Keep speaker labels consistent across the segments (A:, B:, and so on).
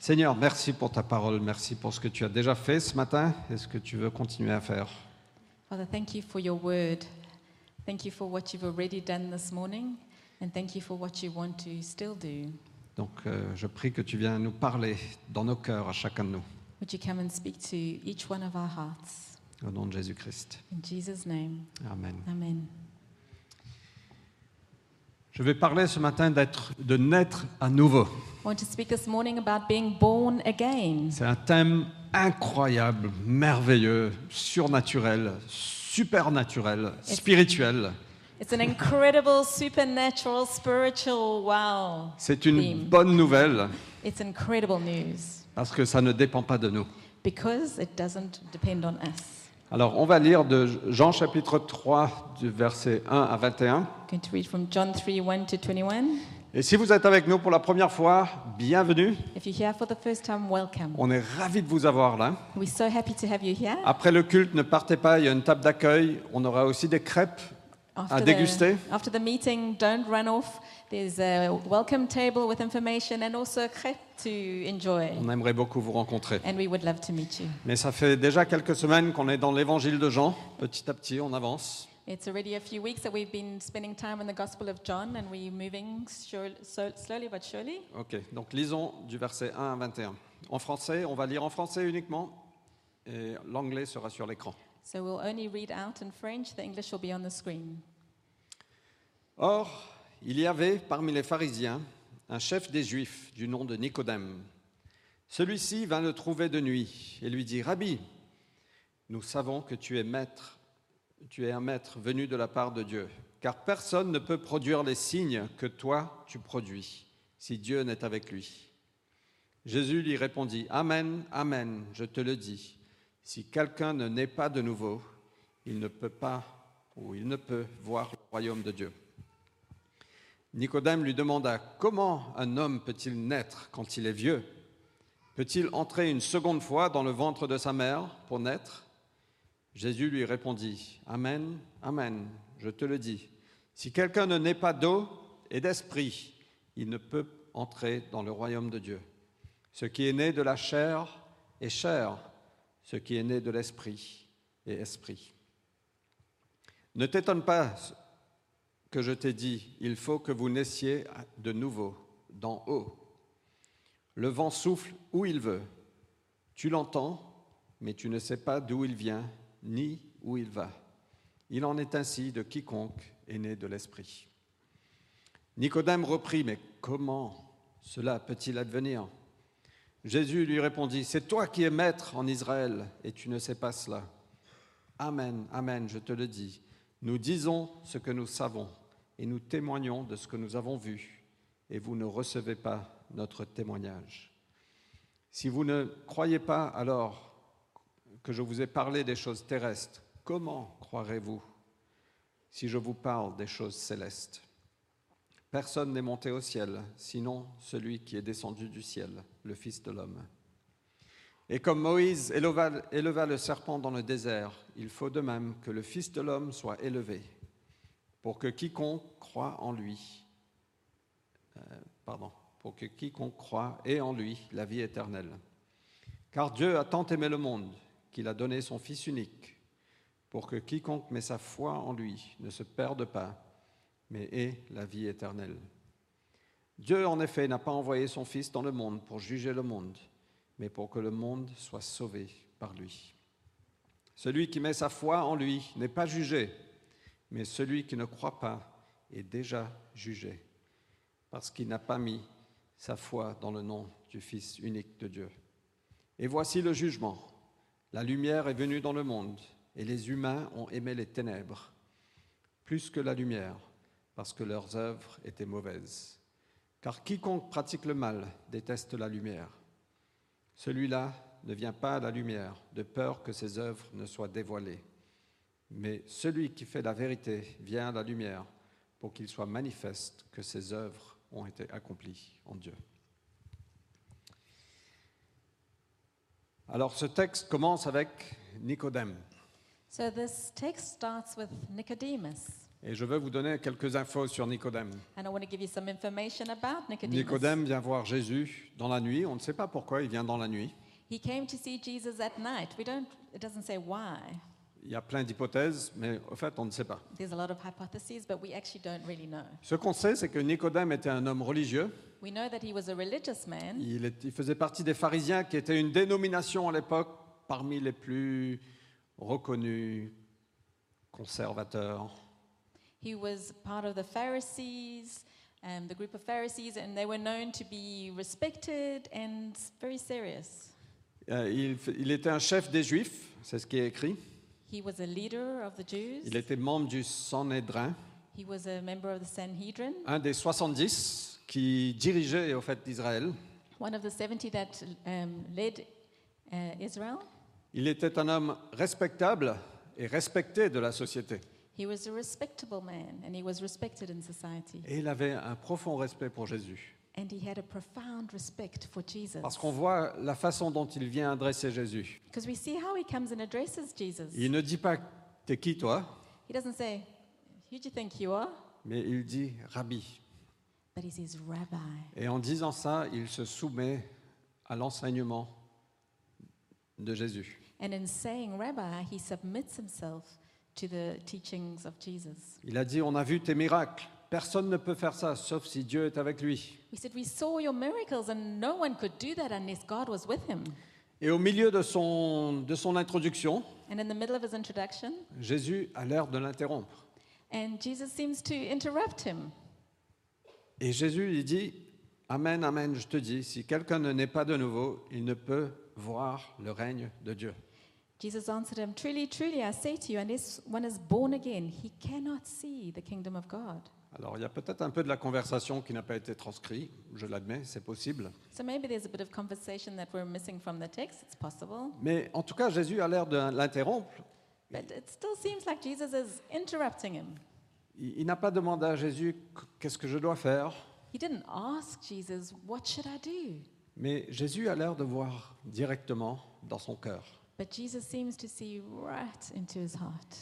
A: Seigneur, merci pour ta parole, merci pour ce que tu as déjà fait ce matin et ce que tu veux continuer à faire.
B: Father, thank you for your word. Thank you for what you've already done this morning, and thank you for what you want to still do.
A: Donc euh, je prie que tu viennes nous parler dans nos cœurs à chacun de nous,
B: Would you come and speak to each one of our hearts?
A: au nom de Jésus-Christ.
B: In Jesus' name,
A: Amen.
B: Amen.
A: Je vais parler ce matin d'être, de naître à nouveau.
B: I want to speak this morning about being born again.
A: C'est un thème incroyable, merveilleux, surnaturel, supernaturel, spirituel.
B: It's an incredible, supernatural, spiritual wow.
A: C'est une
B: theme.
A: bonne nouvelle
B: It's incredible news
A: parce que ça ne dépend pas de nous.
B: because it doesn't depend on us.
A: Alors, on va lire de Jean chapitre 3, du verset 1 à 21.
B: I'm going to read from John 3 1 to 21.
A: Et si vous êtes avec nous pour la première fois, bienvenue.
B: If you're here for the first time, welcome.
A: On est ravis de vous avoir là.
B: We're so happy to have you here.
A: Après le culte, ne partez pas, il y a une table d'accueil. On aura aussi des crêpes à déguster.
B: the, after the meeting, don't run off. There's a welcome table with information and also a crepe to enjoy.
A: On aimerait beaucoup vous rencontrer.
B: And we would love to meet you.
A: Mais ça fait déjà quelques semaines qu'on est dans l'évangile de Jean. Petit à petit, on avance.
B: It's already a few weeks that we've been spending time in the Gospel of John, and we're moving sure, so, slowly but surely.
A: Ok, donc lisons du verset 1 à 21. En français, on va lire en français uniquement. Et l'anglais sera sur l'écran.
B: So we'll only read out in French, the English will be on the screen.
A: Or, il y avait parmi les pharisiens un chef des Juifs du nom de Nicodème. Celui-ci vint le trouver de nuit et lui dit, Rabbi, nous savons que tu es maître, tu es un maître venu de la part de Dieu, car personne ne peut produire les signes que toi tu produis, si Dieu n'est avec lui. Jésus lui répondit, Amen, Amen, je te le dis, si quelqu'un ne naît pas de nouveau, il ne peut pas ou il ne peut voir le royaume de Dieu. Nicodème lui demanda, Comment un homme peut-il naître quand il est vieux Peut-il entrer une seconde fois dans le ventre de sa mère pour naître Jésus lui répondit, Amen, Amen, je te le dis. Si quelqu'un ne naît pas d'eau et d'esprit, il ne peut entrer dans le royaume de Dieu. Ce qui est né de la chair est chair, ce qui est né de l'esprit est esprit. Ne t'étonne pas que je t'ai dit, il faut que vous naissiez de nouveau, d'en haut. Le vent souffle où il veut. Tu l'entends, mais tu ne sais pas d'où il vient, ni où il va. Il en est ainsi de quiconque est né de l'Esprit. Nicodème reprit, mais comment cela peut-il advenir Jésus lui répondit, c'est toi qui es maître en Israël, et tu ne sais pas cela. Amen, Amen, je te le dis. Nous disons ce que nous savons et nous témoignons de ce que nous avons vu, et vous ne recevez pas notre témoignage. Si vous ne croyez pas alors que je vous ai parlé des choses terrestres, comment croirez-vous si je vous parle des choses célestes Personne n'est monté au ciel, sinon celui qui est descendu du ciel, le Fils de l'homme. Et comme Moïse éleva, éleva le serpent dans le désert, il faut de même que le Fils de l'homme soit élevé, pour que quiconque croit en lui, euh, pardon, pour que quiconque croit ait en lui la vie éternelle. Car Dieu a tant aimé le monde qu'il a donné son Fils unique, pour que quiconque met sa foi en lui ne se perde pas, mais ait la vie éternelle. Dieu, en effet, n'a pas envoyé son Fils dans le monde pour juger le monde, mais pour que le monde soit sauvé par lui. Celui qui met sa foi en lui n'est pas jugé, mais celui qui ne croit pas est déjà jugé, parce qu'il n'a pas mis sa foi dans le nom du Fils unique de Dieu. Et voici le jugement. La lumière est venue dans le monde, et les humains ont aimé les ténèbres, plus que la lumière, parce que leurs œuvres étaient mauvaises. Car quiconque pratique le mal déteste la lumière. Celui-là ne vient pas à la lumière, de peur que ses œuvres ne soient dévoilées. Mais celui qui fait la vérité vient à la lumière, pour qu'il soit manifeste que ses œuvres ont été accomplies en Dieu. Alors ce texte commence avec Nicodème.
B: So this text starts with Nicodemus.
A: Et je veux vous donner quelques infos sur Nicodème.
B: And I want to give you some information about Nicodemus.
A: Nicodème vient voir Jésus dans la nuit. On ne sait pas pourquoi il vient dans la nuit.
B: He came to see Jesus at night. We don't, it doesn't say why.
A: Il y a plein d'hypothèses, mais au fait, on ne sait pas.
B: There's a lot of hypotheses, but we actually don't really know.
A: Ce qu'on sait, c'est que Nicodème était un homme religieux.
B: We know that he was a religious man.
A: Il, est- il faisait partie des pharisiens, qui étaient une dénomination à l'époque parmi les plus reconnus, conservateurs.
B: He was part of the Pharisees, um, the group of Pharisees, and they were known to be respected and very serious.
A: Euh, il, f- il était un chef des Juifs, c'est ce qui est écrit.
B: He was a leader of the Jews.
A: Il était membre du Sanhédrin,
B: He was a member of the Sanhedrin,
A: un des 70 qui dirigeait au fait d'Israël.
B: one of the 70 that um, led uh, Israel.
A: Il était un homme respectable et respecté de la société.
B: He was a respectable man and he was respected in society.
A: Et il avait un profond respect pour Jésus.
B: And he had a profound respect for Jesus.
A: Parce qu'on voit la façon dont il vient adresser Jésus.
B: Because we see how he comes and addresses Jesus.
A: Il ne dit pas T'es qui toi
B: He doesn't say, Who do you think you are?
A: mais il dit Rabbi.
B: But he says, Rabbi.
A: Et en disant ça, il se soumet à l'enseignement de Jésus.
B: And in saying Rabbi, he submits himself to the teachings of Jesus.
A: Il a dit On a vu tes miracles. Personne ne peut faire ça sauf si Dieu est avec lui.
B: We said, We saw your miracles, and no one could do that unless God was with him.
A: Et au milieu de son, de son introduction,
B: And in the middle of his introduction,
A: Jésus a l'air de l'interrompre.
B: and Jesus seems to interrupt him.
A: Et Jésus lui dit Amen, Amen, je te dis, si quelqu'un ne naît pas de nouveau, il ne peut voir le règne de Dieu.
B: Jesus answered him, Truly, truly, I say to you, unless one is born again, he cannot see the kingdom of God.
A: Alors, il y a peut-être un peu de la conversation qui n'a pas été transcrite, je l'admets, c'est possible.
B: So maybe there's a bit of conversation that we're missing from the text. It's possible.
A: Mais en tout cas, Jésus a l'air de l'interrompre.
B: But it still seems like Jesus is interrupting him.
A: Il, il n'a pas demandé à Jésus Qu- qu'est-ce que je dois faire,
B: He didn't ask Jesus, What should I do?
A: mais Jésus a l'air de voir directement dans son cœur.
B: But Jesus seems to see right into his heart.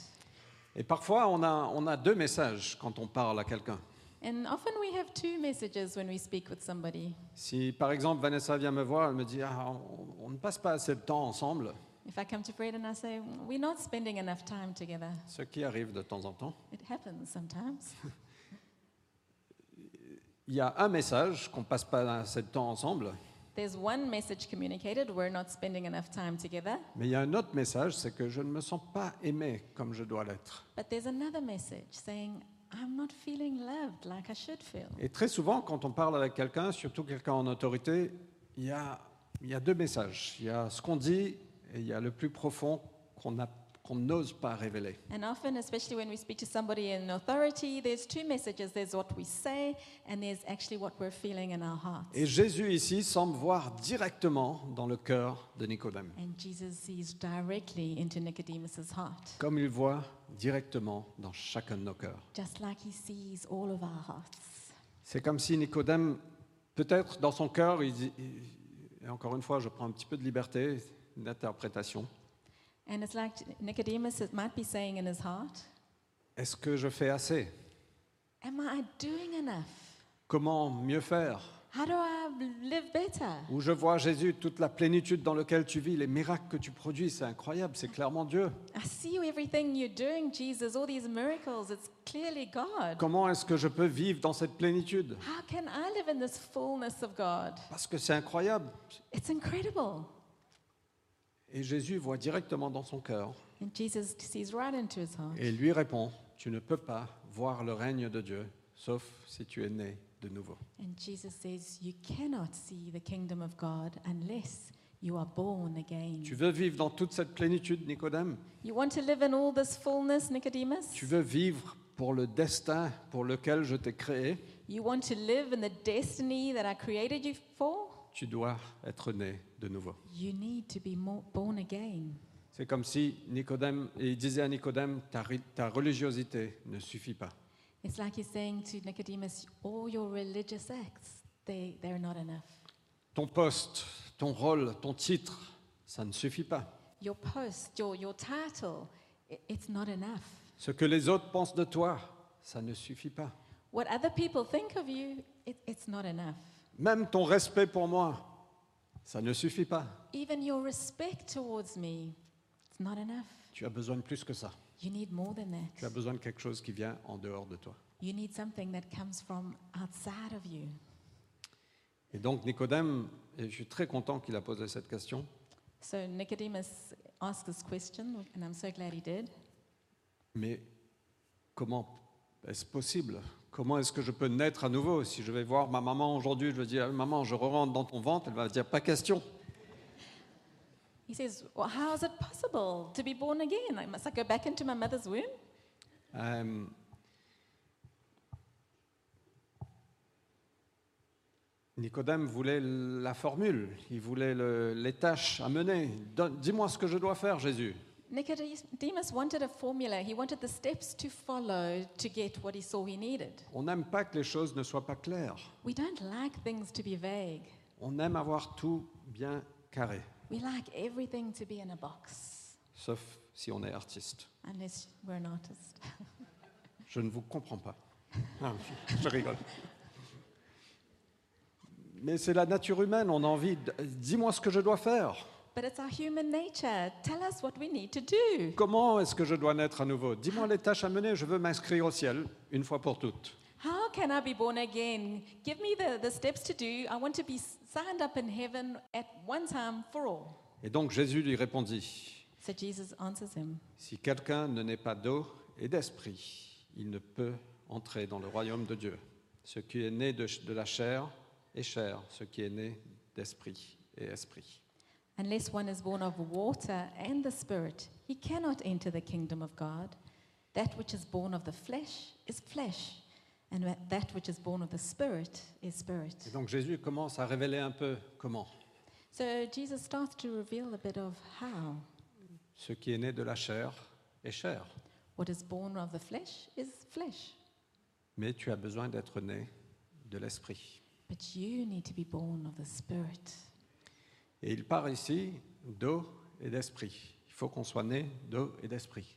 A: Et parfois, on a, on a deux messages quand on parle à quelqu'un.
B: And often we have two messages when we speak with somebody.
A: Si, par exemple, Vanessa vient me voir, elle me dit Ah, on- on ne passe pas assez de temps ensemble,
B: If I come to Fred and I say, We're not spending enough time together,
A: ce qui arrive de temps en temps.
B: it happens sometimes.
A: Il y a un message qu'on passe pas assez de temps ensemble,
B: There's one message communicated, We're not spending enough time together.
A: mais il y a un autre message, c'est que je ne me sens pas aimé comme je dois l'être.
B: But there's another message saying, I'm not feeling loved like I should feel.
A: Et très souvent, quand on parle avec quelqu'un, surtout quelqu'un en autorité, il y a, il y a deux messages. Il y a ce qu'on dit et il y a le plus profond qu'on a- qu'on n'ose pas révéler.
B: And often, especially when we speak to somebody in authority, there's two messages there's what we say, and there's actually what we're feeling in our hearts.
A: Et Jésus ici semble voir directement dans le cœur de Nicodème,
B: And Jesus sees directly into Nicodemus's heart,
A: comme il voit directement dans chacun de nos cœurs.
B: just like he sees all of our hearts.
A: C'est comme si Nicodème, peut-être dans son cœur, il dit- et encore une fois, je prends un petit peu de liberté d'interprétation.
B: And it's like Nicodemus it might be saying in his heart,
A: Est-ce que je fais assez
B: Am I doing enough?
A: Comment mieux faire
B: How do I live better?
A: Où je vois Jésus, toute la plénitude dans laquelle tu vis, les miracles que tu produis, c'est incroyable, c'est clairement Dieu.
B: I see everything you're doing, Jesus, all these miracles. It's clearly God.
A: Comment est-ce que je peux vivre dans cette plénitude
B: How can I live in this fullness of God?
A: Parce que c'est incroyable.
B: It's incredible.
A: Et Jésus voit directement dans son cœur
B: And Jesus sees right into his heart.
A: et lui répond, tu ne peux pas voir le règne de Dieu, sauf si tu es né de nouveau.
B: And Jesus says, You cannot see the kingdom of God unless you are born again.
A: Tu veux vivre dans toute cette plénitude, Nicodème
B: You want to live in all this fullness, Nicodemus?
A: Tu veux vivre pour le destin pour lequel je t'ai créé,
B: You want to live in the destiny that I created you for?
A: tu dois être né de nouveau.
B: You need to be more born again.
A: C'est comme si Nicodème, et il disait à Nicodème, ta, ri- ta religiosité ne suffit pas.
B: It's like he's saying to Nicodemus, All your religious acts, they, they're not enough.
A: Ton poste, ton rôle, ton titre, ça ne suffit pas.
B: Your post, your, your title, i- it's not enough.
A: Ce que les autres pensent de toi, ça ne suffit pas.
B: What other people think of you, it, it's not enough.
A: Même ton respect pour moi, ça ne suffit pas.
B: Even your respect towards me, it's not enough.
A: Tu as besoin de plus que ça.
B: You need more than
A: Tu as
B: that.
A: besoin de quelque chose qui vient en dehors de toi.
B: You need something that comes from outside of you.
A: Et donc Nicodème, et je suis très content qu'il a posé cette question,
B: So Nicodemus asked this question, and I'm so glad he did.
A: mais comment est-ce possible Comment est-ce que je peux naître à nouveau Si je vais voir ma maman aujourd'hui, je vais dire, maman, je rentre dans ton ventre, elle va dire, pas question.
B: He says, well, How is it possible to be born again? I- Must I go back into my mother's womb?
A: Euh, Nicodème voulait la formule, il voulait le- les tâches à mener. Donne- Dis-moi ce que je dois faire, Jésus.
B: Nicodemus wanted a formula. He wanted the steps to follow to get what he saw he needed.
A: On n'aime pas que les choses ne soient pas claires.
B: We don't like things to be vague.
A: On aime avoir tout bien carré,
B: We like everything to be in a box,
A: sauf si on est artiste.
B: unless we're an artist.
A: Je ne vous comprends pas. Non, je, je rigole. Mais c'est la nature humaine, on a envie. de- Dis-moi ce que je dois faire.
B: But it's our human nature. Tell us what we need to do.
A: Comment est-ce que je dois naître à nouveau Dis-moi les tâches à mener, je veux m'inscrire au ciel, une fois pour toutes.
B: How can I be born again? Give me the, the steps to do. I want to be signed up in heaven at one time for all.
A: Et donc Jésus lui répondit,
B: So Jesus answers him
A: Si quelqu'un ne naît pas d'eau et d'esprit, il ne peut entrer dans le royaume de Dieu. Ce qui est né de, de la chair est chair, ce qui est né d'esprit est esprit.
B: Unless one is born of water and the Spirit, he cannot enter the kingdom of God. That which is born of the flesh is flesh, and wha- that which is born of the Spirit is spirit.
A: Et donc Jésus commence à révéler un peu comment.
B: So Jesus starts to reveal a bit of how.
A: Ce qui est né de la chair est chair,
B: What is born of the flesh is flesh,
A: mais tu as besoin d'être né de l'esprit.
B: but you need to be born of the Spirit.
A: Et il part ici d'eau et d'esprit. Il faut qu'on soit né d'eau et d'esprit.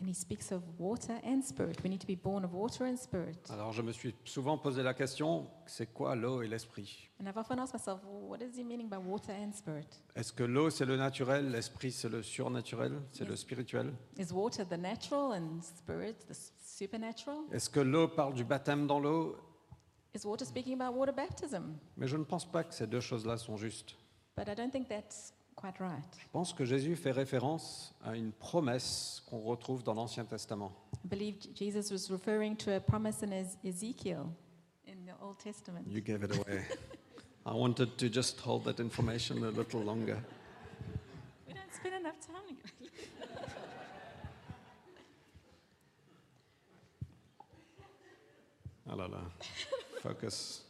B: And he speaks of water and spirit. We need to be born of water and spirit.
A: Alors je me suis souvent posé la question, c'est quoi l'eau et l'esprit
B: And I've often asked myself, well, what is he meaning by water and spirit?
A: Est-ce que l'eau c'est le naturel, l'esprit c'est le surnaturel, c'est le spirituel
B: Is water the natural and spirit the s- supernatural?
A: Est-ce que l'eau parle du baptême dans l'eau
B: Is water speaking about water baptism?
A: Mais je ne pense pas que ces deux choses-là sont justes.
B: But I don't think that's quite right.
A: Je pense que Jésus fait référence à une promesse qu'on retrouve dans l'Ancien Testament.
B: I believe J- Jesus was referring to a promise in Ez- Ezekiel in the Old Testament.
A: You gave it away. I wanted to just hold that information a little longer.
B: We don't spend enough time together.
A: Ah là là. Focus.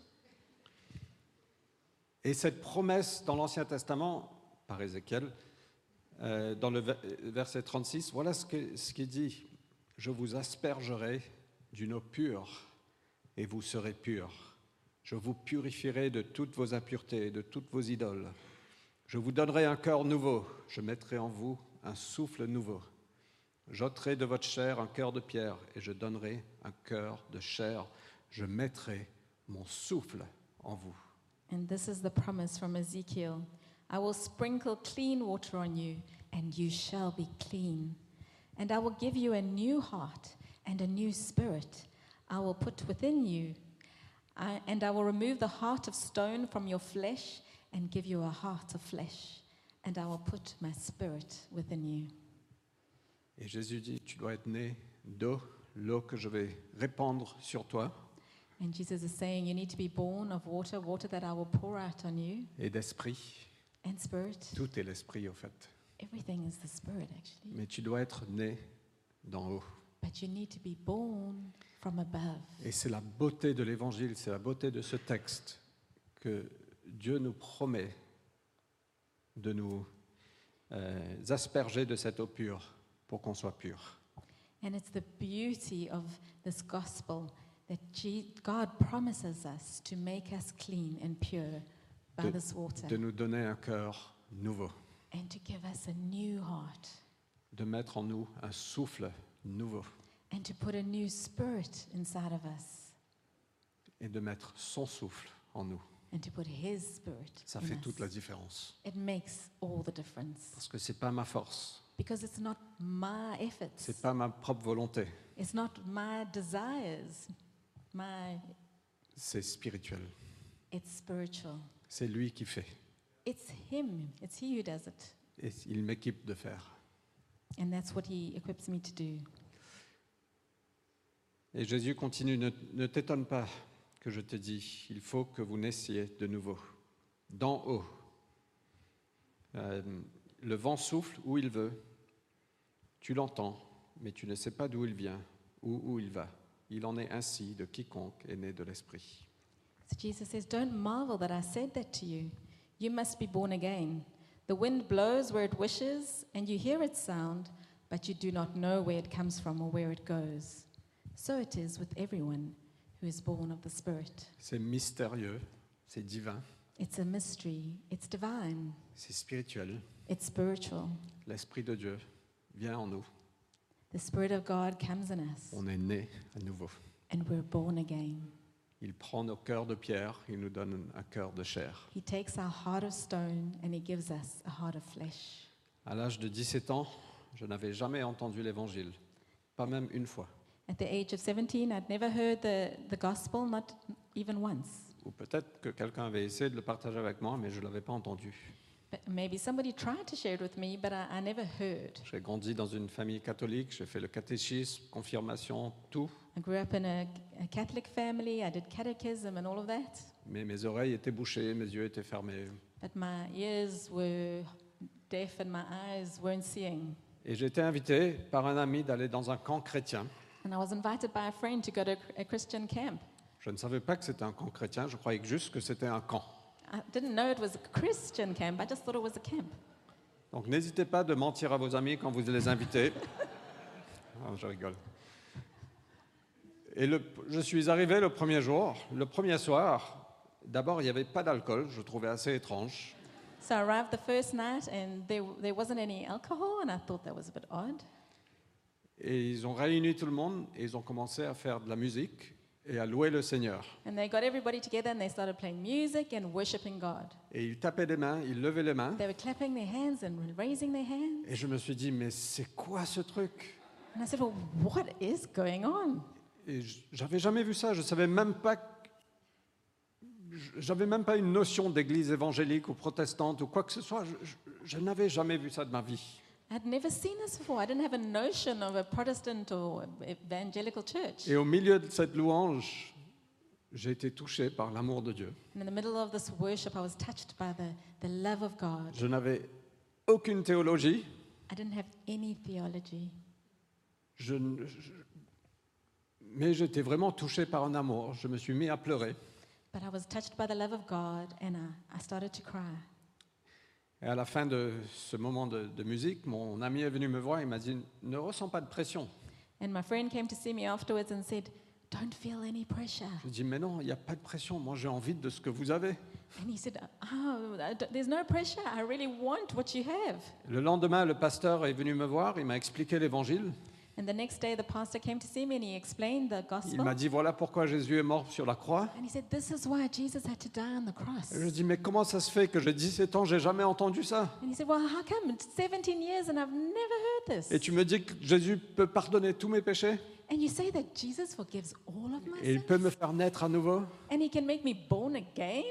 A: Et cette promesse dans l'Ancien Testament, par Ézéchiel, euh, dans le ver- verset 36, voilà ce qu'il ce qu'il dit. Je vous aspergerai d'une eau pure et vous serez purs. Je vous purifierai de toutes vos impuretés et de toutes vos idoles. Je vous donnerai un cœur nouveau. Je mettrai en vous un souffle nouveau. J'ôterai de votre chair un cœur de pierre et je donnerai un cœur de chair. Je mettrai mon souffle en vous.
B: And this is the promise from Ezekiel I will sprinkle clean water on you, and you shall be clean. And I will give you a new heart and a new spirit I will put within you. I, and I will remove the heart of stone from your flesh and give you a heart of flesh. And I will put my spirit within you.
A: Et Jésus dit, tu dois être né d'eau, l'eau que je vais répandre sur toi,
B: And Jesus is saying, You need to be born of water, water that I will pour out on you,
A: et d'esprit.
B: and spirit.
A: Tout est l'esprit au fait.
B: Everything is the spirit, actually.
A: Mais tu dois être né d'en haut.
B: But you need to be born from above.
A: Et c'est la beauté de l'évangile, c'est la beauté de ce texte que Dieu nous promet de nous euh, asperger de cette eau pure pour qu'on soit pur.
B: And it's the beauty of this gospel that Je- God promises us to make us clean and pure by
A: De-
B: this water
A: de nous donner un cœur nouveau,
B: and to give us a new heart
A: de mettre en nous un souffle nouveau.
B: and to put a new spirit inside of us
A: et de mettre son souffle en nous.
B: and to put His spirit
A: Ça
B: in
A: fait
B: us.
A: toute la différence.
B: It makes all the difference
A: Parce que c'est pas ma force,
B: because it's not my efforts,
A: c'est pas ma propre volonté,
B: it's not my desires, my
A: c'est spirituel.
B: it's spiritual.
A: C'est lui qui fait
B: It's Him. It's He who does it,
A: et il m'équipe de faire.
B: and that's what He equips me to do.
A: Et Jésus continue, ne, ne t'étonne pas que je te dis, il faut que vous naissiez de nouveau, d'en haut. Euh, le vent souffle où il veut, tu l'entends, mais tu ne sais pas d'où il vient ou où il va. Il en est ainsi de quiconque est né de l'Esprit.
B: So Jesus says, Don't marvel that I said that to you. You must be born again. The wind blows where it wishes, and you hear its sound, but you do not know where it comes from or where it goes. So it is with everyone who is born of the Spirit.
A: C'est mystérieux, c'est divin,
B: It's a mystery, it's divine,
A: c'est spirituel.
B: it's spiritual.
A: L'Esprit de Dieu vient en nous,
B: The Spirit of God comes in us,
A: on est né à nouveau.
B: and we're born again.
A: Il prend nos cœurs de pierre, il nous donne un cœur de chair.
B: He takes our heart of stone and he gives us a heart of flesh.
A: À l'âge de 17 ans, je n'avais jamais entendu l'évangile, pas même une fois,
B: At the age of 17, I'd never heard the, the gospel, not even once.
A: ou peut-être que quelqu'un avait essayé de le partager avec moi, mais je ne l'avais pas entendu.
B: But maybe somebody tried to share it with me, but I, I never heard.
A: J'ai grandi dans une famille catholique, j'ai fait le catéchisme, confirmation, tout,
B: I grew up in a, a Catholic family. I did catechism and all of that,
A: mais mes oreilles étaient bouchées, mes yeux étaient fermés,
B: but my ears were deaf and my eyes weren't seeing.
A: et j'ai été invité par un ami d'aller dans un camp chrétien.
B: And I was invited by a friend to go to a Christian camp.
A: Je ne savais pas que c'était un camp chrétien, je croyais juste que c'était un camp.
B: I didn't know it was a Christian camp. I just thought it was a camp.
A: Donc n'hésitez pas de mentir à vos amis quand vous les invitez. Ah, je rigole. Et le- je suis arrivé le premier jour, le premier soir. D'abord, il n'y avait pas d'alcool, je trouvais assez étrange.
B: So I arrived the first night, and there, there wasn't any alcohol, and I thought that was a bit odd.
A: Et ils ont réuni tout le monde et ils ont commencé à faire de la musique et à louer le Seigneur.
B: And they got everybody together, and they started playing music and worshiping God.
A: Et ils tapaient des mains, ils levaient les mains.
B: They were clapping their hands and raising their hands.
A: Et je me suis dit, mais c'est quoi ce truc
B: And I said, Well, what is going on?
A: Et j- j'avais jamais vu ça, je savais même pas. que- J'avais même pas une notion d'église évangélique ou protestante ou quoi que ce soit. Je, je- je n'avais jamais vu ça de ma vie.
B: I'd never seen this before. I didn't have a notion of a Protestant or evangelical church.
A: Et au milieu de cette louange, j'ai été touché par l'amour de Dieu.
B: And in the middle of this worship, I was touched by the, the love of God.
A: Je n'avais aucune théologie.
B: I didn't have any theology,
A: Je, ne- je- mais j'étais vraiment touché par un amour. Je me suis mis à pleurer.
B: but I was touched by the love of God and I, I started to cry.
A: Et à la fin de ce moment de, de musique, mon ami est venu me voir et m'a dit Ne ressens pas de pression.
B: And my friend came to see me afterwards and said, Don't feel any pressure.
A: Je lui ai dit Mais non, il n'y a pas de pression. Moi, j'ai envie de ce que vous avez.
B: And he said, Oh, I don't- there's no pressure. I really want what you have.
A: Le lendemain, le pasteur est venu me voir, il m'a expliqué l'évangile.
B: And the next day, the pastor came to see me and he explained the
A: Il
B: gospel.
A: m'a dit voilà pourquoi Jésus est mort sur la croix.
B: And he said, This is why Jesus had to die on the cross.
A: Et je dis mais comment ça se fait que j'ai 17 ans, j'ai jamais entendu ça
B: And he said, Well, how come? It's 17 years and I've never heard this.
A: Et tu me dis que Jésus peut pardonner tous mes péchés
B: And you say that Jesus forgives all of my
A: et il
B: sins?
A: peut me faire naître à nouveau
B: And he can make me born again?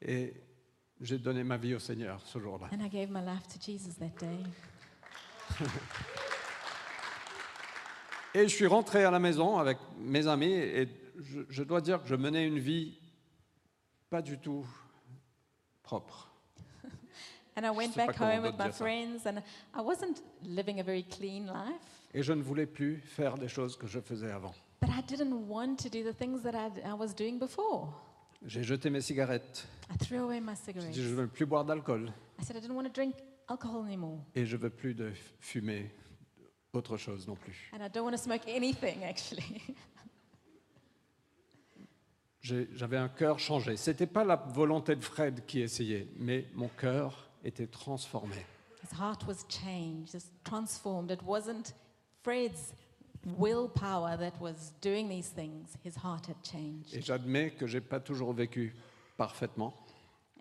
A: Et j'ai donné ma vie au Seigneur ce jour-là.
B: And I gave my life to Jesus that day.
A: Et je suis rentré à la maison avec mes amis et je, je dois dire que je menais une vie pas du tout propre.
B: And I
A: sais
B: went
A: pas
B: back
A: comment
B: home with
A: d'autres
B: my
A: dire ça.
B: friends and I wasn't living a very clean life,
A: Et je ne voulais plus faire les choses que je faisais avant.
B: but I didn't want to do the things that I, I was doing before.
A: J'ai jeté mes cigarettes.
B: I threw away my
A: J'ai
B: cigarettes.
A: dit je ne veux plus boire d'alcool.
B: I said I didn't want to drink alcohol anymore.
A: Et je veux plus de fumer autre chose non plus.
B: And I don't want to smoke anything, actually.
A: J'ai- J'avais un cœur changé. C'était pas la volonté de Fred qui essayait, mais mon cœur était transformé.
B: His heart was changed, it's transformed. It wasn't Fred's willpower that was doing these things, his heart had changed.
A: Et j'admets que j'ai pas toujours vécu parfaitement,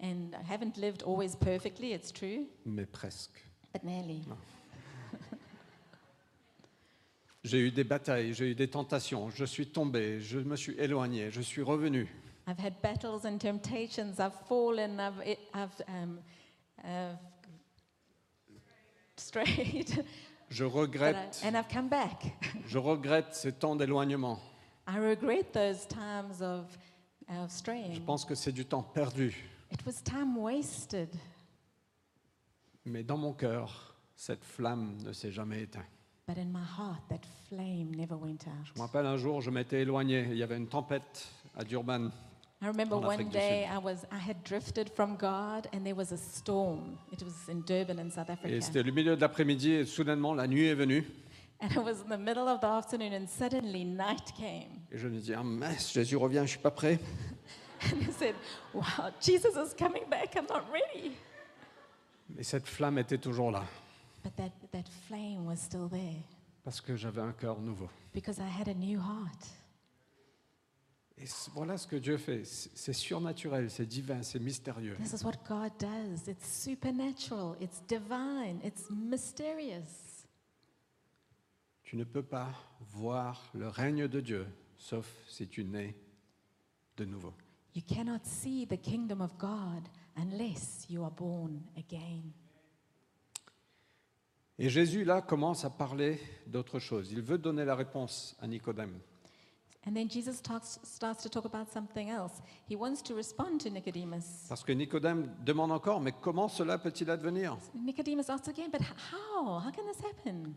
B: And I haven't lived always perfectly, it's true,
A: mais presque.
B: but nearly.
A: J'ai eu des batailles, j'ai eu des tentations, je suis tombé, je me suis éloigné, je suis revenu.
B: I've had battles and temptations. I've fallen. I've, i- I've, um, I've strayed.
A: Je
B: but I,
A: regrette,
B: and I've come back.
A: je regrette ces temps d'éloignement.
B: I regret those times of, of straying.
A: Je pense que c'est du temps perdu.
B: It was time wasted.
A: Mais dans mon cœur, cette flamme ne s'est jamais éteinte.
B: But in my heart, that flame never went
A: Je me
B: out.
A: rappelle un jour, je m'étais éloigné, il y avait une tempête à Durban.
B: I remember
A: En
B: one
A: Afrique du
B: day
A: Sud.
B: I was I had drifted from God and there was a storm. It was in Durban in South
A: Et
B: Africa.
A: c'était le milieu de l'après-midi et soudainement la nuit est venue.
B: And it was in the middle of the afternoon and suddenly night came.
A: Et je me dis, ah mince, Jésus revient, je suis pas prêt.
B: And I said, Wow, Jesus is coming back. I'm not ready.
A: Mais cette flamme était toujours là,
B: But that, that flame was still there
A: parce que j'avais un cœur nouveau.
B: because I had a new heart.
A: Et c- voilà ce que Dieu fait. C- C'est surnaturel, c'est divin, c'est mystérieux.
B: This is what God does it's supernatural, it's divine, it's mysterious.
A: Tu ne peux pas voir le règne de Dieu, sauf si tu nais de nouveau.
B: You cannot see the kingdom of God unless you are born again.
A: Et Jésus, là, commence à parler d'autre chose. Il veut donner la réponse à Nicodème.
B: And then Jesus talks, starts to talk about something else. He wants to respond to Nicodemus.
A: Parce que Nicodème demande encore, mais comment cela peut-il advenir
B: Nicodemus asks again, but h- how? How can this happen?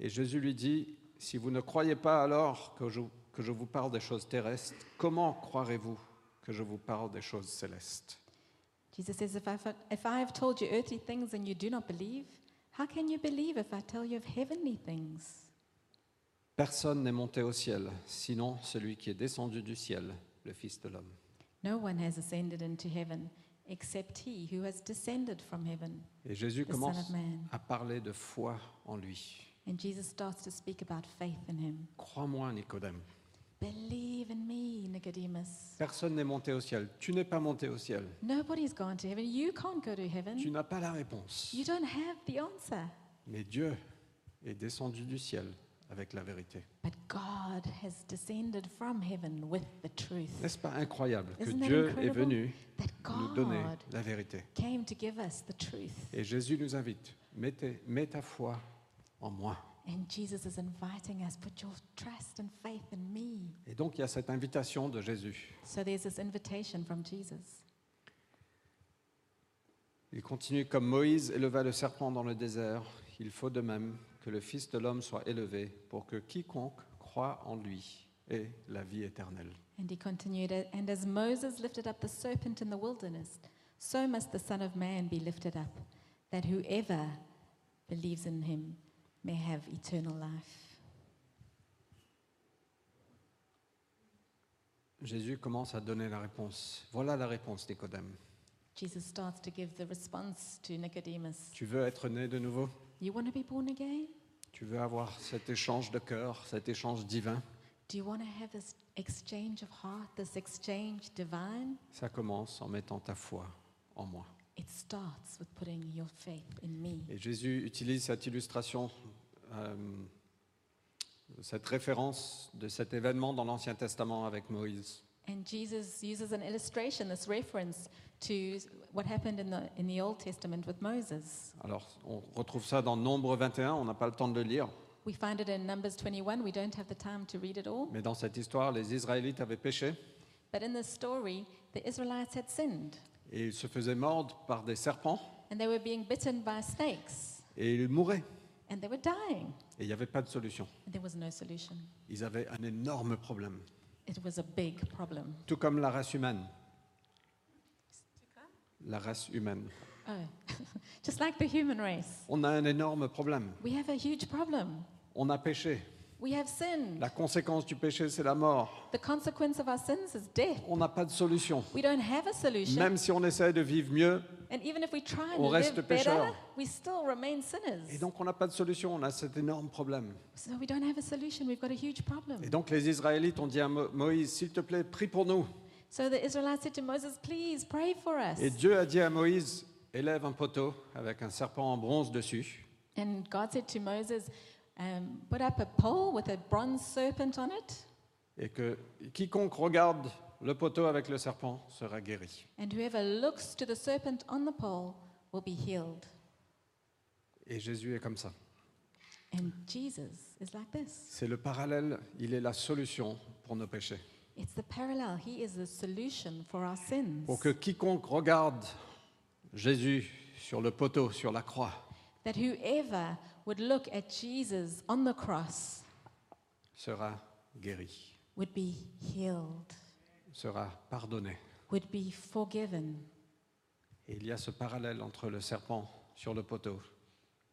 A: Et Jésus lui dit, si vous ne croyez pas alors que je, que je vous parle des choses terrestres, comment croirez-vous que je vous parle des choses célestes
B: Jesus says, if, I've, if I have told you earthly things and you do not believe, how can you believe if I tell you of heavenly things?
A: Personne n'est monté au ciel, sinon celui qui est descendu du ciel, le Fils de l'homme.
B: No one has ascended into heaven except he who has descended from heaven,
A: Et Jésus
B: the Son
A: commence
B: of Man.
A: à parler de foi en lui.
B: And Jesus starts to speak about faith in him.
A: Crois-moi, Nicodème.
B: Believe in me, Nicodemus.
A: Personne n'est monté au ciel. Tu n'es pas monté au ciel.
B: Nobody's gone to heaven. You can't go to
A: Tu
B: heaven.
A: n'as pas la réponse.
B: You don't have the answer.
A: Mais Dieu est descendu du ciel avec la vérité.
B: But God has descended from heaven with the truth.
A: N'est-ce pas incroyable que
B: Isn't that
A: Dieu est
B: incredible?
A: venu
B: That
A: nous donner
B: God
A: la vérité
B: came to give us the truth.
A: Et Jésus nous invite, mettez, mets ta foi en moi.
B: And Jesus is inviting us, put your trust and faith in me.
A: Et donc il y a cette invitation de Jésus.
B: So there's this invitation from Jesus.
A: Il continue comme Moïse éleva le serpent dans le désert, il faut de même que le Fils de l'homme soit élevé pour que quiconque croit en lui ait la vie éternelle.
B: And he continued, And as Moses lifted up the serpent in the wilderness, so must the Son of Man be lifted up, that whoever believes in him may have eternal life.
A: Jésus commence à donner la réponse. Voilà la réponse, Nicodème.
B: Jesus starts to give the response to Nicodemus
A: Tu veux être né de nouveau
B: You want to be born again?
A: Tu veux avoir cet échange de cœur, cet échange divin
B: Do you want to have this exchange of heart, this exchange divine?
A: Ça commence en mettant ta foi en moi.
B: It starts with putting your faith in me.
A: Et Jésus utilise cette illustration, euh, cette référence de cet événement dans l'Ancien Testament avec Moïse.
B: And Jesus uses an illustration, this reference to what happened in the, in the Old Testament with Moses.
A: Alors, on retrouve ça dans Nombre 21, on n'a pas le temps de le lire,
B: We find it in Numbers 21. We don't have the time to read it all.
A: mais dans cette histoire, les Israélites avaient péché
B: But in this story, the Israelites had sinned
A: et ils se faisaient mordre par des serpents
B: and they were being bitten by snakes
A: et ils mouraient.
B: and they were dying.
A: Et il n'y avait pas de solution.
B: And there was no solution.
A: Ils avaient un énorme problème,
B: It was a big problem.
A: tout comme la race humaine. La race humaine.
B: Oh, just like the human race,
A: On a un énorme problème.
B: we have a huge problem.
A: On a péché.
B: We have sinned.
A: La conséquence du péché, c'est la mort.
B: The consequence of our sins is death.
A: On n'a pas de solution.
B: We don't have a solution.
A: Même si on essaie de vivre mieux,
B: And even if we try and
A: On reste
B: live better,
A: pécheur.
B: we still remain
A: Et
B: sinners.
A: donc on n'a pas de solution, on a cet énorme problème.
B: So we don't have a solution. We've got a huge problem.
A: Et donc les Israélites ont dit à Mo- Moïse, s'il te plaît, prie pour nous.
B: So the Israelites said to Moses, Please pray for us.
A: Et Dieu a dit à Moïse, élève un poteau avec un serpent en bronze dessus.
B: And God said to Moses, um, Put up a pole with a bronze serpent on it,
A: Et que quiconque regarde le poteau avec le serpent sera guéri.
B: and whoever looks to the serpent on the pole will be healed.
A: Et Jésus est comme ça.
B: And Jesus is like this.
A: C'est le parallèle, il est la solution pour nos péchés.
B: It's the parallel. He is the solution for our sins.
A: Pour que quiconque regarde Jésus sur le poteau, sur la croix,
B: That whoever would look at Jesus on the cross
A: sera guéri,
B: would be healed,
A: sera pardonné.
B: would be forgiven.
A: Et il y a ce parallèle entre le serpent sur le poteau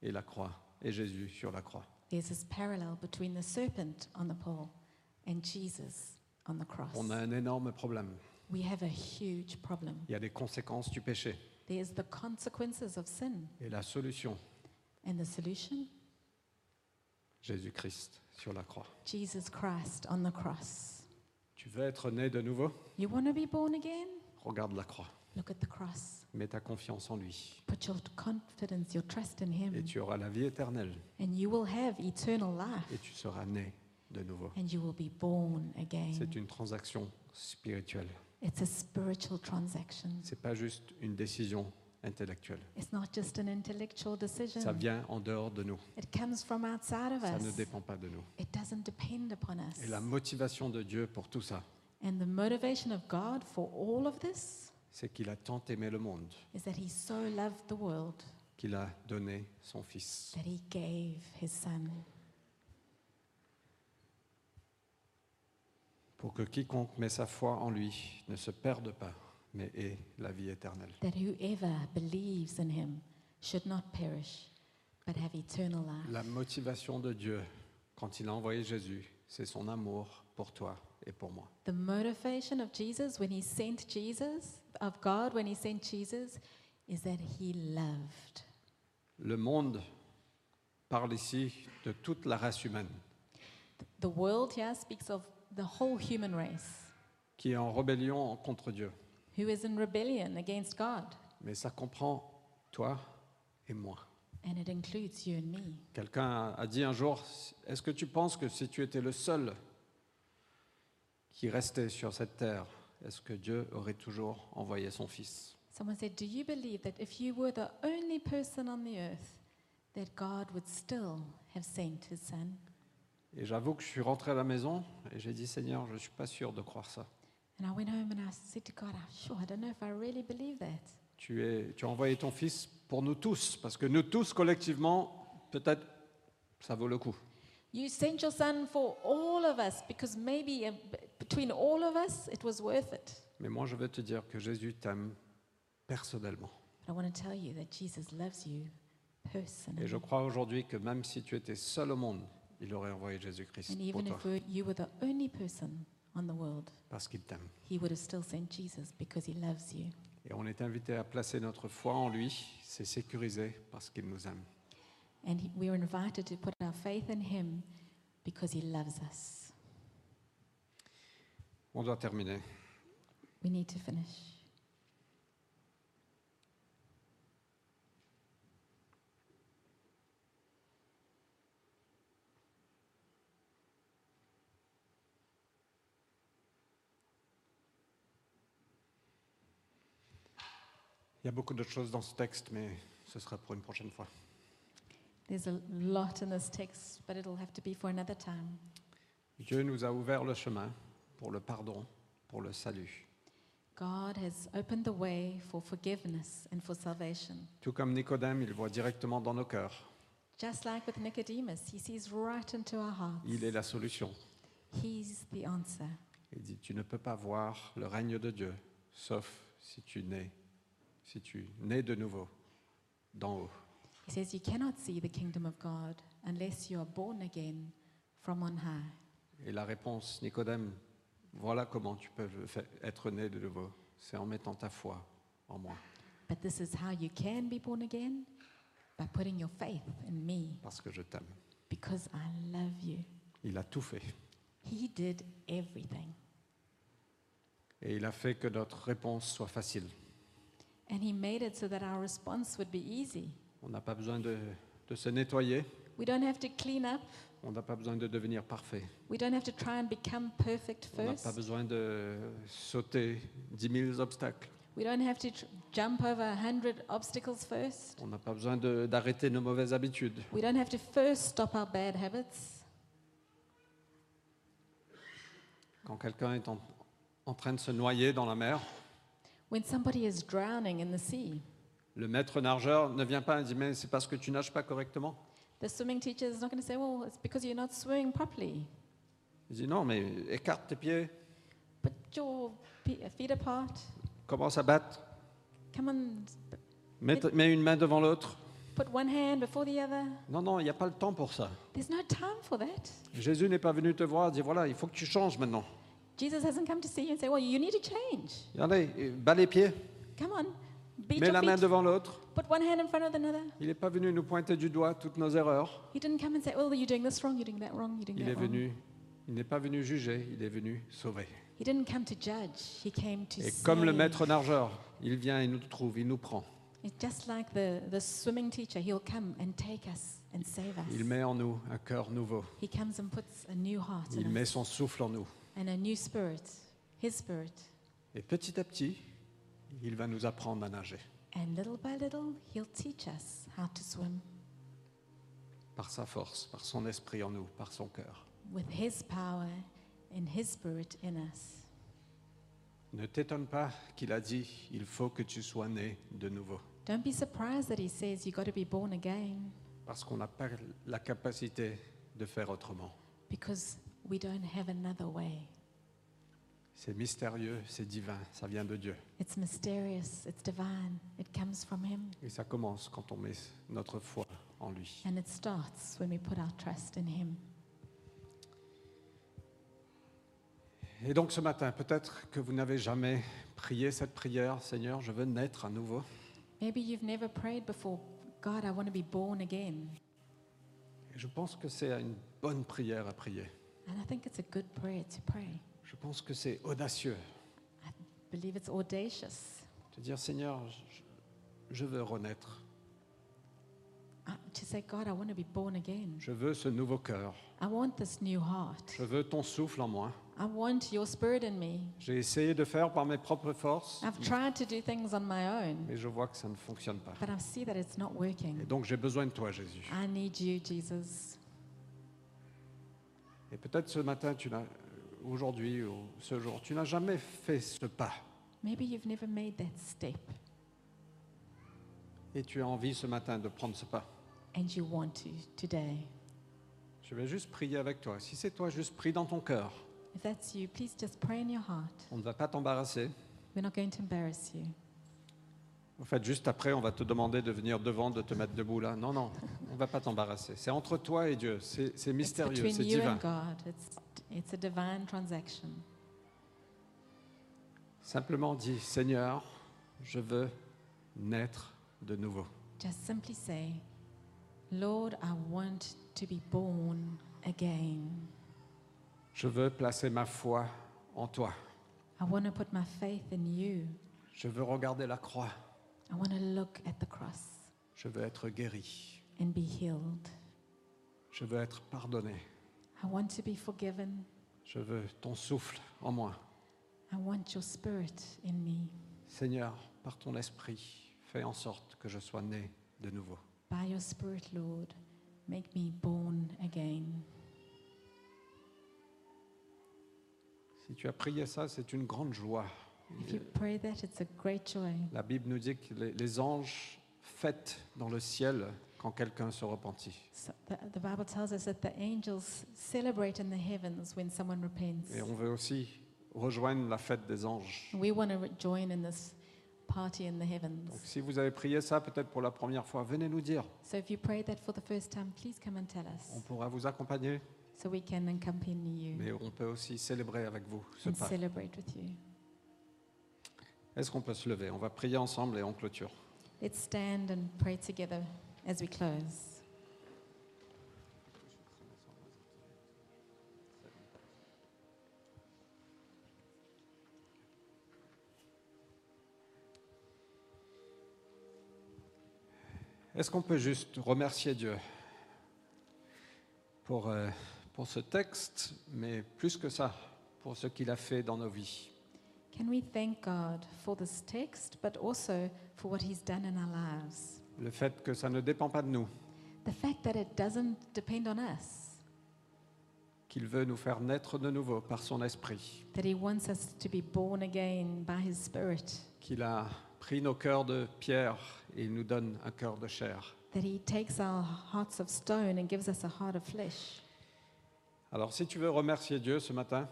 A: et la croix, et Jésus sur la croix.
B: There's this parallel between the serpent on the pole and Jesus on the cross.
A: On a un énorme problème.
B: We have a huge problem.
A: Il y a des conséquences du péché.
B: There's the consequences of sin
A: Et la solution,
B: and the solution
A: Jésus-Christ sur la croix.
B: Jesus Christ on the cross.
A: Tu veux être né de nouveau
B: You want to be born again?
A: Regarde la croix.
B: Look at the cross.
A: Mets ta confiance en lui.
B: Put your confidence, your trust in
A: Et
B: Him,
A: tu auras la vie éternelle.
B: and you will have eternal life
A: Et tu seras né de nouveau.
B: and you will be born again.
A: C'est une transaction spirituelle.
B: It's a spiritual transaction.
A: C'est pas juste une décision intellectuelle.
B: It's not just an intellectual
A: Ça
B: decision.
A: vient en dehors de nous.
B: It comes from outside of
A: Ça ne
B: us.
A: dépend pas de nous.
B: It doesn't depend upon us.
A: Et la motivation de Dieu pour tout ça,
B: And the motivation of God for all of this
A: c'est qu'il a tant aimé le monde
B: is that He so loved the world
A: qu'il a donné son Fils.
B: that He gave His Son
A: Pour que quiconque met sa foi en lui ne se perde pas, mais ait la vie éternelle.
B: that whoever believes in him should not perish, but have eternal life.
A: La motivation de Dieu quand il a envoyé Jésus, c'est son amour pour toi et pour moi.
B: The motivation of Jesus when he sent Jesus, of God when he sent Jesus, is that he loved.
A: Le monde parle ici de toute la race humaine
B: The world here speaks of the whole human race
A: qui est en rébellion contre Dieu,
B: who is in rebellion against God,
A: mais ça comprend toi et moi.
B: and it includes you and me.
A: Quelqu'un a dit un jour, est-ce que tu penses que si tu étais le seul qui restait sur cette terre, est-ce que Dieu aurait toujours envoyé son Fils
B: Someone said, Do you believe that if you were the only person on the earth, that God would still have sent his son?
A: Et j'avoue que je suis rentré à la maison et j'ai dit, Seigneur, je ne suis pas sûr de croire ça.
B: And I went home and I said to God, i sure, I don't know if I really believe that.
A: Tu, es- tu as envoyé ton Fils pour nous tous, parce que nous tous collectivement, peut-être ça vaut le coup.
B: You sent your son for all of us because maybe uh, b- between all of us it was worth it.
A: Mais moi, je veux te dire que Jésus t'aime personnellement.
B: But I want to tell you that Jesus loves you personally.
A: Et je crois aujourd'hui que même si tu étais seul au monde, il aurait envoyé Jésus-Christ
B: and
A: pour
B: even
A: toi,
B: if we- you were the only person on the world,
A: parce qu'il t'aime.
B: he would have still sent Jesus because he loves you.
A: Et on est invité à placer notre foi en lui, c'est sécurisé parce qu'il nous aime.
B: And he, we are invited to put our faith in him because he loves us.
A: On doit terminer.
B: We need to finish.
A: Il y a beaucoup d'autres choses dans ce texte, mais ce sera pour une prochaine fois.
B: There's a lot in this text, but it'll have to be for another time.
A: Dieu nous a ouvert le chemin pour le pardon, pour le salut.
B: God has opened the way for forgiveness and for salvation.
A: Tout comme Nicodème, il voit directement dans nos cœurs.
B: Just like with Nicodemus, he sees right into our hearts.
A: Il est la solution.
B: He's the answer.
A: Il dit, tu ne peux pas voir le règne de Dieu, sauf si tu nais, si tu nais de nouveau, d'en haut.
B: He says, You cannot see the kingdom of God unless you are born again from on high.
A: Et la réponse, Nicodème, voilà comment tu peux le fa- être né de nouveau. C'est en mettant ta foi en moi.
B: But this is how you can be born again by putting your faith in me
A: parce que je t'aime.
B: because I love you.
A: Il a tout fait.
B: He did everything,
A: Et il a fait que notre réponse soit facile.
B: and He made it so that our response would be easy.
A: On n'a pas besoin de, de se nettoyer.
B: We don't have to clean up,
A: On n'a pas besoin de devenir parfait.
B: we don't have to try and become perfect
A: On n'a pas
B: first,
A: besoin de sauter 10 000 obstacles.
B: we don't have to tr- jump over a hundred obstacles first,
A: On n'a pas besoin de- d'arrêter nos mauvaises habitudes.
B: we don't have to first stop our bad habits.
A: Quand quelqu'un est en, en train de se noyer dans la mer,
B: When somebody is drowning in the sea,
A: le maître nageur ne vient pas et dit Mais c'est parce que tu nages pas correctement.
B: the swimming teacher is not going to say, Well, it's because you're not swimming properly.
A: Il dit Non, mais écarte tes pieds,
B: Put your pe- feet apart.
A: commence à battre,
B: Come on, b-
A: mets, mets une main devant l'autre.
B: put one hand before the other.
A: Non, non, il n'y a pas le temps pour ça.
B: There's no time for that.
A: Jésus n'est pas venu te voir et dire Voilà, il faut que tu changes maintenant.
B: Jesus hasn't come to see you and say, Well, you need to change.
A: Allez, et bats les pieds,
B: Come on, beat
A: mets
B: your
A: la main
B: feet.
A: devant l'autre.
B: Put one hand in front of another.
A: Il n'est pas venu nous pointer du doigt toutes nos erreurs.
B: He didn't come and say, Oh, you're doing this wrong, you're doing that wrong, you're doing
A: Il
B: that
A: est
B: wrong.
A: venu, il n'est pas venu juger, il est venu sauver.
B: He didn't come to judge, he came to
A: Et
B: save.
A: comme le maître nageur, il vient et nous trouve, il nous prend.
B: It's just like the, the swimming teacher, he'll come and take us and save us.
A: Il met en nous un cœur nouveau.
B: He comes and puts a new heart
A: Il
B: in
A: met
B: us
A: son souffle en nous.
B: and a new spirit, his spirit.
A: Et petit à petit, il va nous apprendre à nager
B: And little by little, he'll teach us how to swim
A: par sa force, par son esprit en nous, par son cœur.
B: with his power and his spirit in us.
A: Ne t'étonne pas qu'il a dit, il faut que tu sois né de nouveau.
B: Don't be surprised that he says you got to be born again
A: Parce qu'on n'a pas la capacité de faire autrement.
B: because we don't have another way.
A: C'est mystérieux, c'est divin, ça vient de Dieu.
B: It's mysterious, it's divine, it comes from him,
A: Et ça commence quand on met notre foi en lui.
B: and it starts when we put our trust in him.
A: Et donc ce matin, peut-être que vous n'avez jamais prié cette prière, Seigneur, je veux naître à nouveau.
B: Maybe you've never prayed before, God, I want to be born again.
A: Et je pense que c'est une bonne prière à prier.
B: And I think it's a good prayer to pray.
A: Je pense que c'est audacieux
B: I believe it's audacious
A: de dire, Seigneur, je, je veux renaître.
B: uh, to say, God, I want to be born again.
A: Je veux ce nouveau cœur.
B: I want this new heart.
A: Je veux ton souffle en moi.
B: I want your spirit in me.
A: J'ai essayé de faire par mes propres forces,
B: I've tried to do things on my own,
A: mais je vois que ça ne fonctionne pas.
B: but I see that it's not
A: Et
B: working.
A: donc j'ai besoin de toi, Jésus.
B: I need you, Jesus.
A: Et peut-être ce matin, tu n'as, euh, aujourd'hui ou ce jour, tu n'as jamais fait ce pas.
B: Maybe you've never made that step
A: Et tu as envie ce matin de prendre ce pas.
B: and you want to today.
A: Je vais juste prier avec toi. Si c'est toi, juste prie dans ton cœur.
B: If that's you, please just pray in your heart.
A: On ne va pas t'embarrasser.
B: We're not going to embarrass you.
A: En fait, juste après, on va te demander de venir devant, de te mettre debout là. Non, non, on ne va pas t'embarrasser. C'est entre toi et Dieu. C'est c'est
B: it's
A: mystérieux,
B: between
A: c'est
B: you
A: divin.
B: and God. It's, it's a divine transaction.
A: Simplement dis, Seigneur, je veux naître de nouveau.
B: Just simply say, Lord, I want to be born again.
A: Je veux placer ma foi en toi.
B: I want to put my faith in you.
A: Je veux regarder la croix.
B: I want to look at the cross
A: Je veux être guéri.
B: and be healed.
A: Je veux être pardonné.
B: I want to be forgiven.
A: Je veux ton souffle en moi.
B: I want your spirit in me.
A: Seigneur, par ton esprit, fais en sorte que je sois né de nouveau.
B: By your spirit, Lord, make me born again.
A: Si tu as prié ça, c'est une grande joie.
B: If you pray that, it's a great joy.
A: La Bible nous dit que les, les anges fêtent dans le ciel quand quelqu'un se repentit.
B: So the, the Bible tells us that the angels celebrate in the heavens when someone repents.
A: Et on veut aussi rejoindre la fête des anges.
B: We want to join in this party in the
A: Donc
B: heavens.
A: si vous avez prié ça peut-être pour la première fois, venez nous dire.
B: So if you pray that for the first time, please come and tell
A: On
B: us
A: pourra vous accompagner,
B: so we can accompany you
A: mais on peut aussi célébrer avec vous ce
B: and
A: pas.
B: celebrate with you.
A: Est-ce qu'on peut se lever On va prier ensemble et on clôture.
B: Let's stand and pray together as we close.
A: Est-ce qu'on peut juste remercier Dieu pour, euh, pour ce texte, mais plus que ça, pour ce qu'il a fait dans nos vies
B: Can we thank God for this text, but also for what He's done in our lives?
A: Le fait que ça ne dépend pas de nous,
B: The fact that it doesn't depend on us,
A: qu'il veut nous faire naître de nouveau par son esprit,
B: that He wants us to be born again by His Spirit,
A: qu'il a pris nos cœurs de pierre et il nous donne un cœur de chair.
B: that He takes our hearts of stone and gives us a heart of flesh.
A: Alors si tu veux remercier Dieu ce matin,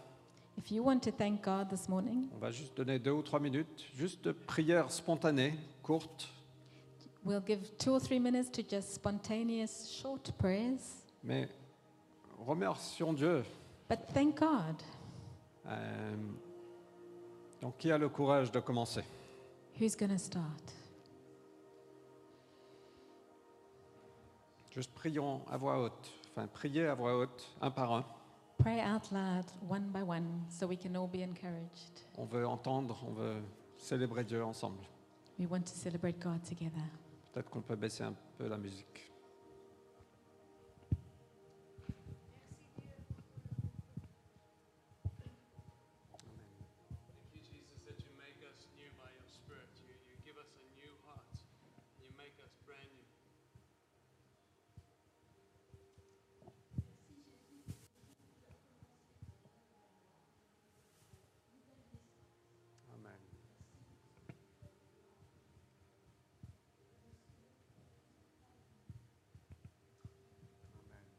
B: If you want to thank God this morning,
A: on va juste donner deux ou trois minutes, juste de prière spontanée, courte,
B: we'll give two or three minutes to just spontaneous, short prayers.
A: mais remercions Dieu.
B: But thank God,
A: Euh, donc qui a le courage de commencer
B: who's going to start?
A: Juste prions à voix haute, enfin priez à voix haute, un par un.
B: Pray out loud, one by one, so we can all be encouraged.
A: On veut entendre, on veut célébrer Dieu ensemble.
B: We want to celebrate God together.
A: Peut-être qu'on peut baisser un peu la musique.
C: Thank you, Jesus, that you make us new by your Spirit. You, you give us a new heart. You make us brand new.
A: Amen. Amen.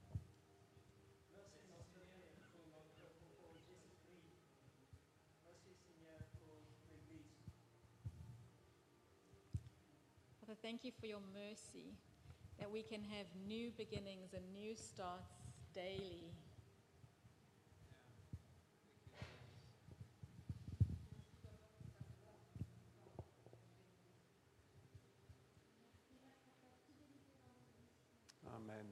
B: Father, thank you for your mercy that we can have new beginnings and new starts daily.
A: Amen.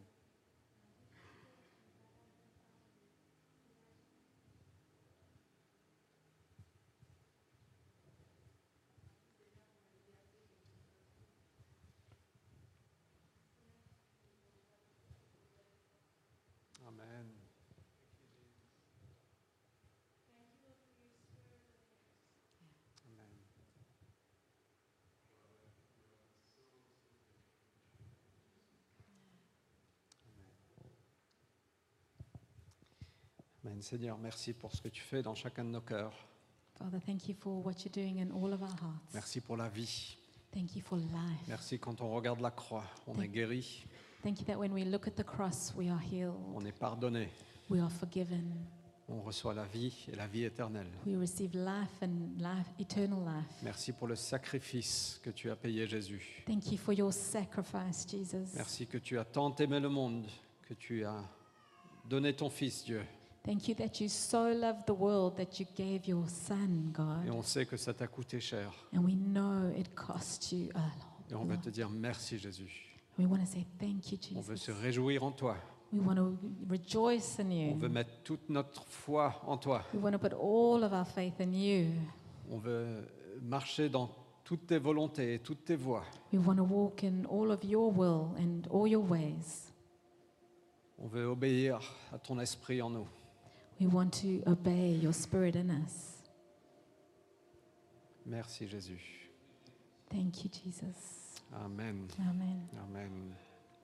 A: Amen. Amen. Amen. Seigneur, merci pour ce que tu fais dans chacun de nos cœurs.
B: Father, thank you for what you're doing in all of our hearts.
A: Merci pour la vie.
B: Thank you for life.
A: Merci quand on regarde la croix, on est guéri,
B: Thank you that when we look at the cross, we are healed,
A: on est pardonné,
B: we are forgiven,
A: on reçoit la vie et la vie éternelle.
B: we receive life and life, eternal life.
A: Merci pour le sacrifice que tu as payé Jésus.
B: Thank you for your sacrifice, Jesus.
A: Merci que tu as tant aimé le monde, que tu as donné ton Fils Dieu.
B: Thank you that you so loved the world that you gave your Son,
A: Et
B: God.
A: on sait que ça t'a coûté cher.
B: And we know it cost you a
A: Et on veut
B: lot.
A: te dire merci Jésus.
B: We want to say thank you,
A: On veut
B: Jesus.
A: se réjouir en toi.
B: We want to rejoice in
A: On veut
B: you.
A: mettre toute notre foi en toi.
B: We want to put all of our faith in you.
A: On veut marcher dans toutes tes volontés et toutes tes voies.
B: We want to walk in all of your will and all your ways.
A: On veut obéir à ton esprit en nous.
B: We want to obey your spirit in us.
A: Merci Jésus.
B: Thank you, Jesus.
A: Amen.
B: Amen.
A: Amen.